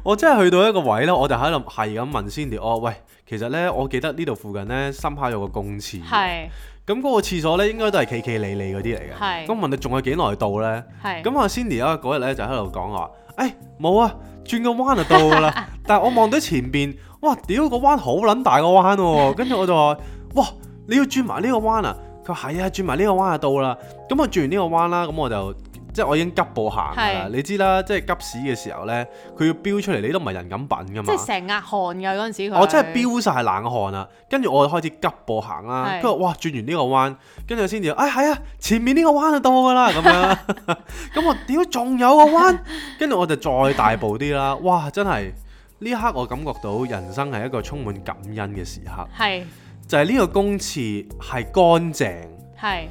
[SPEAKER 1] 我真係去到一個位呢，我就喺度係咁問 Cindy，哦喂，其實呢，我記得呢度附近呢，深坑有個公廁。
[SPEAKER 3] 係
[SPEAKER 1] 咁嗰個廁所咧應該都係企企理理嗰啲嚟嘅。
[SPEAKER 3] 係
[SPEAKER 1] 咁問你仲有幾耐到咧？
[SPEAKER 3] 係
[SPEAKER 1] 咁阿 Cindy 啊嗰日咧就喺度講話，誒冇啊，轉個彎就到㗎 啦。但係我望到前邊，哇屌個彎好撚大個彎喎，跟住我就話，哇你要轉埋呢個彎啊？佢話係啊，轉埋呢個彎就到啦。咁我轉完呢個彎啦，咁我就。即係我已經急步行㗎啦，
[SPEAKER 3] 係
[SPEAKER 1] 你知啦，即係急屎嘅時候咧，佢要飆出嚟，你都唔係人咁品㗎嘛。
[SPEAKER 3] 即係成額汗㗎嗰陣時佢，
[SPEAKER 1] 哦我真係飆晒冷汗啦，跟住我就開始急步行啦，
[SPEAKER 3] 係
[SPEAKER 1] 跟住哇轉完呢個彎，跟住先至，哎係啊，前面呢個彎就到噶啦咁樣， 咁我屌仲有個彎，跟住我就再大步啲啦，哇真係呢一刻我感覺到人生係一個充滿感恩嘅時刻，
[SPEAKER 3] 係
[SPEAKER 1] 就係、呢個公廁係乾淨，
[SPEAKER 3] 係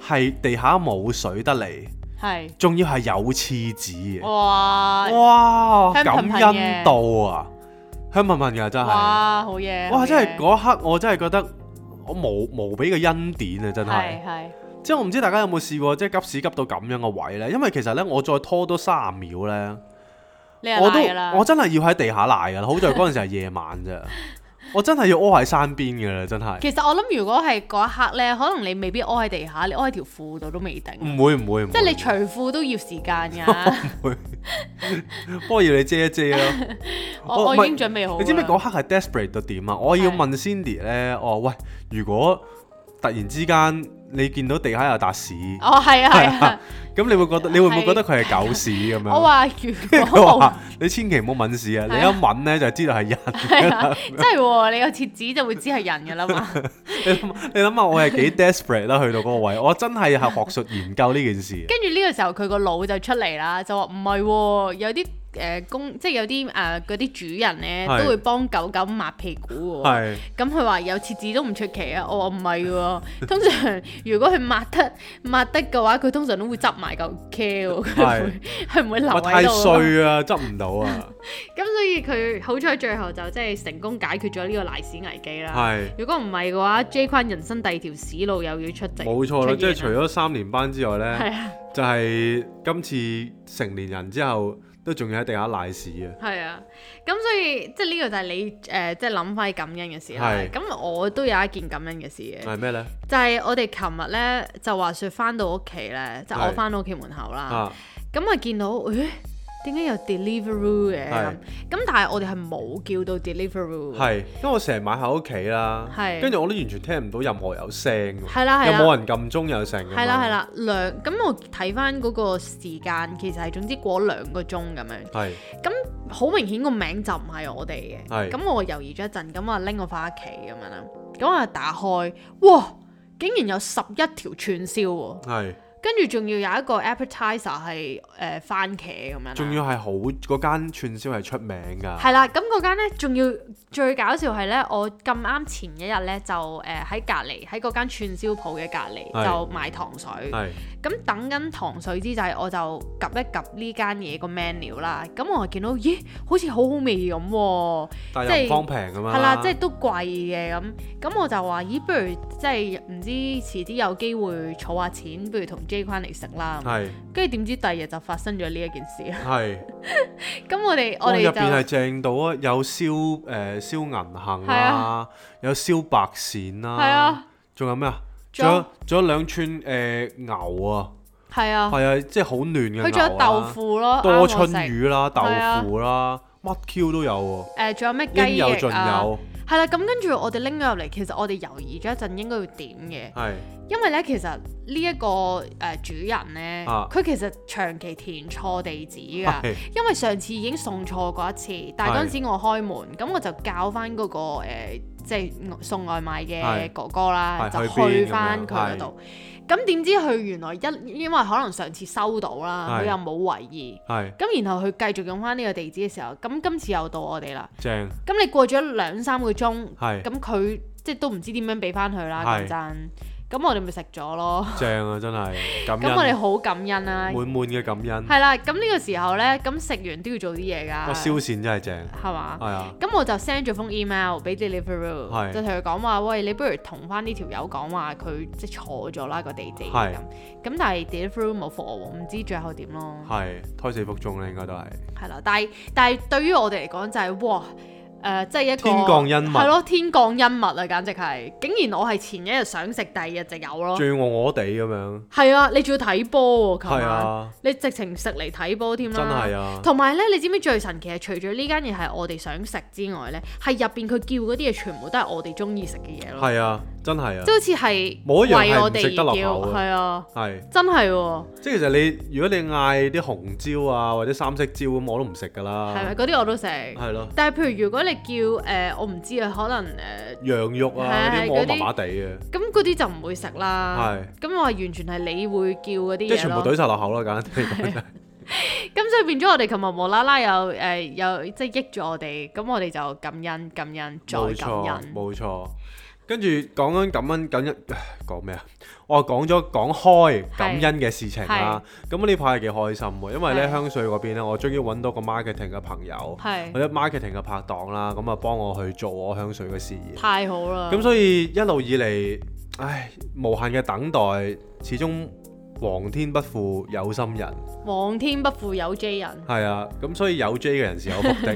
[SPEAKER 1] 係地下冇水得嚟，
[SPEAKER 3] 係
[SPEAKER 1] 仲要係有廁紙嘅，
[SPEAKER 3] 哇
[SPEAKER 1] 哇
[SPEAKER 3] 香
[SPEAKER 1] 感
[SPEAKER 3] 噴噴嘅
[SPEAKER 1] 恩到啊，香噴噴㗎真係。
[SPEAKER 3] 哇好嘢！
[SPEAKER 1] 哇！
[SPEAKER 3] 好
[SPEAKER 1] 真係
[SPEAKER 3] 嘢
[SPEAKER 1] 嗰一刻，我真係覺得我無無比嘅恩典啊！真係，
[SPEAKER 3] 係係
[SPEAKER 1] 即係我唔知大家有冇試過，即係急屎急到咁樣嘅位呢？因為其實呢，我再拖多三十秒呢，
[SPEAKER 3] 你係
[SPEAKER 1] 我都
[SPEAKER 3] 賴㗎啦
[SPEAKER 1] 我真係要喺地下賴噶啦，好在嗰陣時係夜 晚啫，我真係要屙喺山邊噶啦，真係
[SPEAKER 3] 其實我諗，如果係嗰一刻咧，可能你未必屙喺地下，你屙喺條褲度都未定，
[SPEAKER 1] 唔會唔會唔
[SPEAKER 3] 即係
[SPEAKER 1] 會
[SPEAKER 3] 你除褲都要時間㗎。
[SPEAKER 1] 唔會，不過要你遮一遮咯。
[SPEAKER 3] 我
[SPEAKER 1] 哦唔
[SPEAKER 3] 我
[SPEAKER 1] 係
[SPEAKER 3] 已經準備 好啦。啊
[SPEAKER 1] 你知唔知嗰刻係 desperate 到點啊？我要
[SPEAKER 3] 係
[SPEAKER 1] 問 Cindy 咧，我話喂，如果突然之間你見到地下有笪屎，咁、
[SPEAKER 3] 哦，係啊，係啊，
[SPEAKER 1] 你會覺得你會唔會
[SPEAKER 3] 係
[SPEAKER 1] 覺得佢係啊狗屎咁
[SPEAKER 3] 我
[SPEAKER 1] 樣？
[SPEAKER 3] 話如
[SPEAKER 1] 跟住佢
[SPEAKER 3] 果冇
[SPEAKER 1] 話：你千祈唔好揾屎啊！你
[SPEAKER 3] 哦係
[SPEAKER 1] 一
[SPEAKER 3] 啊
[SPEAKER 1] 揾咧就知道係人。
[SPEAKER 3] 係啊，真係喎，你有廁紙就會知係人㗎啦 嘛。
[SPEAKER 1] 你諗你諗下，我 係幾 desperate 啦，去到嗰個位，我真係係學術研究呢件 事。
[SPEAKER 3] 跟住呢個時候佢個腦就出嚟啦，就話唔係喎，有啲誒公，即係有啲誒嗰啲主人咧
[SPEAKER 1] 係
[SPEAKER 3] 都會幫狗狗抹屁股喎。
[SPEAKER 1] 係
[SPEAKER 3] 咁佢話有廁紙都唔出奇啊！我話唔係喎， 通常如果佢抹得抹得嘅話，佢通常都會執埋嚿 c 喎，佢唔
[SPEAKER 1] 係
[SPEAKER 3] 會佢唔會留
[SPEAKER 1] 我
[SPEAKER 3] 喺
[SPEAKER 1] 太
[SPEAKER 3] 度。
[SPEAKER 1] 衰啊，執唔到 啊，
[SPEAKER 3] 咁所以佢好彩最後就即係成功解決咗呢個賴屎危機啦。
[SPEAKER 1] 係
[SPEAKER 3] 如果唔係嘅話，J 坤人生第二條屎路又要出席。
[SPEAKER 1] 冇錯啦。
[SPEAKER 3] 出現
[SPEAKER 1] 即係除咗三年班之外咧，
[SPEAKER 3] 係啊
[SPEAKER 1] 就係今次成年人之後都仲要喺地下賴 屎啊。
[SPEAKER 3] 係啊，咁所以即係呢個就係你誒、呃即係諗翻感恩嘅事啦
[SPEAKER 1] 係。
[SPEAKER 3] 咁我都有一件感恩嘅事嘅，
[SPEAKER 1] 係咩咧？
[SPEAKER 3] 就係我哋琴日咧就話説翻到屋企咧，即係我
[SPEAKER 1] 係
[SPEAKER 3] 翻到屋企門口啦，
[SPEAKER 1] 啊，
[SPEAKER 3] 咁啊見到誒點解有 Deliveroo 嘅
[SPEAKER 1] 係
[SPEAKER 3] 咁，咁但係我哋係冇叫到 Deliveroo，
[SPEAKER 1] 係，因為我成日晚喺屋企啦，
[SPEAKER 3] 係
[SPEAKER 1] 跟住我都完全聽唔到任何有聲喎，
[SPEAKER 3] 係啊啦係
[SPEAKER 1] 又
[SPEAKER 3] 啦
[SPEAKER 1] 冇人撳鐘又成，
[SPEAKER 3] 係啦係，啦，兩咁我睇翻嗰個時間其實係總之過兩個鐘咁樣。
[SPEAKER 1] 係
[SPEAKER 3] 咁好明顯個名就唔係我哋
[SPEAKER 1] 係
[SPEAKER 3] 嘅，咁我猶豫咗一陣，咁我拎我翻屋企咁樣啦，咁我就打開，哇！竟然有十一條串燒喎，
[SPEAKER 1] 係，
[SPEAKER 3] 跟住仲要有一個 appetizer 係誒、呃番茄咁樣啦，
[SPEAKER 1] 仲要係好嗰間串燒係出名㗎，
[SPEAKER 3] 係啦，咁嗰間咧仲要最搞笑係咧，我咁啱前一日咧就誒喺隔離喺嗰間串燒鋪嘅隔離
[SPEAKER 1] 係
[SPEAKER 3] 就買糖水。
[SPEAKER 1] 係
[SPEAKER 3] 咁等緊糖水之際，我就及一及呢間嘢個 menu 啦。咁我就見到，咦，好似好好味咁喎，
[SPEAKER 1] 但
[SPEAKER 3] 即
[SPEAKER 1] 係
[SPEAKER 3] 係
[SPEAKER 1] 又唔方平㗎嘛，
[SPEAKER 3] 係啦，即係都貴嘅咁。咁我就話，咦，不如即係唔知遲啲有機會儲下錢，不如同 J 坤嚟食啦。
[SPEAKER 1] 係
[SPEAKER 3] 跟住點知第二日就發生咗呢一件事啦。
[SPEAKER 1] 係，
[SPEAKER 3] 咁我哋我
[SPEAKER 1] 哇
[SPEAKER 3] 哋
[SPEAKER 1] 哦入邊係
[SPEAKER 3] 就
[SPEAKER 1] 正到啊，有燒誒燒銀杏
[SPEAKER 3] 係
[SPEAKER 1] 啦
[SPEAKER 3] 啊，
[SPEAKER 1] 有燒白鱔
[SPEAKER 3] 係
[SPEAKER 1] 啦
[SPEAKER 3] 啊，
[SPEAKER 1] 仲有咩啊？仲
[SPEAKER 3] 仲有
[SPEAKER 1] 有仲有兩串誒牛啊，
[SPEAKER 3] 係啊，
[SPEAKER 1] 係啊，即係好嫩嘅
[SPEAKER 3] 佢仲有
[SPEAKER 1] 牛
[SPEAKER 3] 豆
[SPEAKER 1] 啊
[SPEAKER 3] 腐咯，啱
[SPEAKER 1] 多
[SPEAKER 3] 我
[SPEAKER 1] 春
[SPEAKER 3] 食。
[SPEAKER 1] 魚啦、豆
[SPEAKER 3] 係啊
[SPEAKER 1] 腐啦，乜 Q 都有
[SPEAKER 3] 誒，仲有咩
[SPEAKER 1] 喎，應
[SPEAKER 3] 雞
[SPEAKER 1] 有
[SPEAKER 3] 翼
[SPEAKER 1] 盡
[SPEAKER 3] 啊？
[SPEAKER 1] 有，
[SPEAKER 3] 係啦，咁跟住我哋拎咗入嚟，其實我哋猶豫咗一陣，應該要點嘅。
[SPEAKER 1] 係
[SPEAKER 3] 因為咧，其實呢、一個誒、呃主人咧，佢、
[SPEAKER 1] 啊
[SPEAKER 3] 其實長期填錯地址㗎。
[SPEAKER 1] 係
[SPEAKER 3] 因為上次已經送錯過一次，但係嗰陣時我開門，咁我就教翻嗰、個、呃、即係送外賣
[SPEAKER 1] 係
[SPEAKER 3] 嘅哥哥啦，就
[SPEAKER 1] 係去邊
[SPEAKER 3] 去翻
[SPEAKER 1] 咁樣
[SPEAKER 3] 佢嗰度。咁點知佢原來一因為可能上次收到啦，
[SPEAKER 1] 係
[SPEAKER 3] 佢又冇懷疑。
[SPEAKER 1] 係
[SPEAKER 3] 咁然後佢繼續用翻呢個地址嘅時候，咁今次又到我哋啦。
[SPEAKER 1] 正
[SPEAKER 3] 咁你過咗兩三個鐘，
[SPEAKER 1] 係
[SPEAKER 3] 咁佢即係都唔知點樣俾翻佢啦，
[SPEAKER 1] 係
[SPEAKER 3] 講真。咁我哋咪食咗咯。
[SPEAKER 1] 正啊，真係感
[SPEAKER 3] 咁我哋
[SPEAKER 1] 恩
[SPEAKER 3] 好感恩啦、
[SPEAKER 1] 滿滿嘅感恩，
[SPEAKER 3] 係啦。咁呢個時候呢，咁食完都要做啲嘢㗎，
[SPEAKER 1] 哇燒線真係正，
[SPEAKER 3] 係嘛？
[SPEAKER 1] 係啊
[SPEAKER 3] 咁我就 send 咗封 email 俾 Deliveroo，
[SPEAKER 1] 係
[SPEAKER 3] 就同佢講話，喂，你不如同翻呢條友講話，佢即係錯咗啦個地址咁。
[SPEAKER 1] 係
[SPEAKER 3] 咁但係 Deliveroo 冇覆我喎，唔知最後點咯。
[SPEAKER 1] 係胎死腹中咧，應該都係
[SPEAKER 3] 係啦，但係但係對於我哋嚟講就係、哇誒、即係一個
[SPEAKER 1] 天降恩物
[SPEAKER 3] 係咯，天降恩物啊，簡直係！竟然我係前一日想食，第二日就有咯。
[SPEAKER 1] 醉餓我地咁樣，
[SPEAKER 3] 係啊，你仲要睇波喎，琴
[SPEAKER 1] 係
[SPEAKER 3] 晚、
[SPEAKER 1] 啊，
[SPEAKER 3] 你直情食嚟睇波添啦。
[SPEAKER 1] 真係啊，
[SPEAKER 3] 同埋咧，你知唔知最神奇係除咗呢間嘢係我哋想食之外咧，係入邊佢叫嗰啲嘢全部都係我哋中意食嘅嘢咯，
[SPEAKER 1] 係啊，真係啊
[SPEAKER 3] 即，係好似係
[SPEAKER 1] 冇一樣
[SPEAKER 3] 為
[SPEAKER 1] 係
[SPEAKER 3] 我
[SPEAKER 1] 唔食得
[SPEAKER 3] 哋
[SPEAKER 1] 落
[SPEAKER 3] 而
[SPEAKER 1] 口
[SPEAKER 3] 叫，
[SPEAKER 1] 嘅
[SPEAKER 3] 係啊，
[SPEAKER 1] 係
[SPEAKER 3] 真係喎，
[SPEAKER 1] 即係其實你如果你嗌啲紅椒啊或者三色椒咁，我都唔食㗎
[SPEAKER 3] 係
[SPEAKER 1] 啦
[SPEAKER 3] 咪，嗰啲我都食？
[SPEAKER 1] 係咯，
[SPEAKER 3] 但係譬如如果你叫誒、呃我唔知啊，可能誒。呃
[SPEAKER 1] 羊肉啊嗰
[SPEAKER 3] 係
[SPEAKER 1] 啲
[SPEAKER 3] 係
[SPEAKER 1] 我
[SPEAKER 3] 嗰
[SPEAKER 1] 麻
[SPEAKER 3] 啲
[SPEAKER 1] 麻地嘅，
[SPEAKER 3] 咁嗰啲就唔會食啦。
[SPEAKER 1] 係
[SPEAKER 3] 咁我係完全係你會叫嗰
[SPEAKER 1] 即係
[SPEAKER 3] 啲嘢
[SPEAKER 1] 全部
[SPEAKER 3] 咯
[SPEAKER 1] 懟。晒落口啦，簡單啲講就係
[SPEAKER 3] 咁所以變咗我哋琴日無啦啦又誒又即係益咗我哋，咁我哋就感恩感恩再
[SPEAKER 1] 冇
[SPEAKER 3] 感
[SPEAKER 1] 錯，
[SPEAKER 3] 恩。
[SPEAKER 1] 冇錯。跟住講緊感恩感恩，講咩啊？我講咗講開感恩嘅事情啦。咁呢排係幾開心喎，因為咧
[SPEAKER 3] 係
[SPEAKER 1] 香水嗰邊咧，我終於揾到個 marketing 嘅朋友，或
[SPEAKER 3] 係
[SPEAKER 1] 者 marketing 嘅拍檔啦，咁啊幫我去做我香水嘅事業。
[SPEAKER 3] 太好啦。
[SPEAKER 1] 咁所以一路以嚟，唉，無限嘅等待，始終皇天不負有心人，
[SPEAKER 3] 皇天不負有 J 人，
[SPEAKER 1] 係啊，咁所以有 J 嘅人是有福的。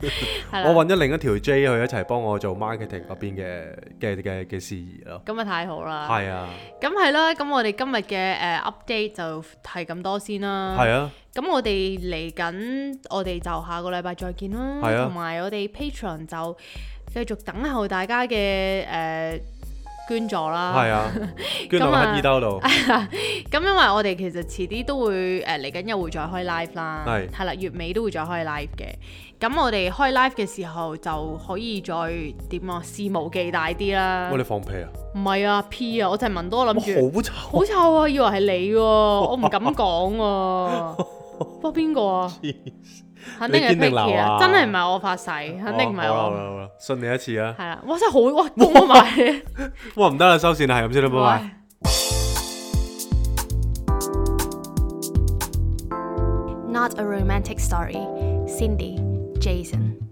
[SPEAKER 3] 係
[SPEAKER 1] 我
[SPEAKER 3] 啦，
[SPEAKER 1] 揾咗另一條 J 去一齊幫我做 marketing 嗰邊嘅嘅嘅嘅事宜咯。
[SPEAKER 3] 咁啊太好啦。
[SPEAKER 1] 係啊，
[SPEAKER 3] 咁係啦，咁我哋今日嘅誒 update 就係咁多先啦。
[SPEAKER 1] 係啊，
[SPEAKER 3] 咁我哋嚟緊，我哋就下個禮拜再見啦。
[SPEAKER 1] 係啊
[SPEAKER 3] 同埋我哋 Patreon 就繼續等候大家嘅誒、呃捐助啦。
[SPEAKER 1] 係 啊，捐
[SPEAKER 3] 咁
[SPEAKER 1] 落
[SPEAKER 3] 啊
[SPEAKER 1] 乞衣兜度。
[SPEAKER 3] 咁因為我哋其實遲啲都會誒嚟緊又會再開 live 啦，
[SPEAKER 1] 係
[SPEAKER 3] 係啦，月尾都會再開 live 嘅。咁我哋開 live 嘅時候就可以再點啊，肆無忌憚啲啦
[SPEAKER 1] 喂，。你放屁 啊！
[SPEAKER 3] 唔係啊，P 啊，我就係聞多
[SPEAKER 1] 哇，
[SPEAKER 3] 諗住，
[SPEAKER 1] 好臭
[SPEAKER 3] 好臭啊，以為係 你喎、我唔敢講喎、不過邊個啊？
[SPEAKER 1] 黐
[SPEAKER 3] 肯定係
[SPEAKER 1] 你堅定流
[SPEAKER 3] Picky
[SPEAKER 1] 啊
[SPEAKER 3] 啊！真係唔係我發誓，肯定唔係
[SPEAKER 1] 好啦好啦
[SPEAKER 3] 我。
[SPEAKER 1] 好啦，信你一次啊！
[SPEAKER 3] 係啦，哇！真係好哇，攻埋 你，
[SPEAKER 1] 哇，唔得啦，收線啦，係咁先啦，拜拜。
[SPEAKER 3] 哇
[SPEAKER 2] Not a romantic story. Cindy, Jason.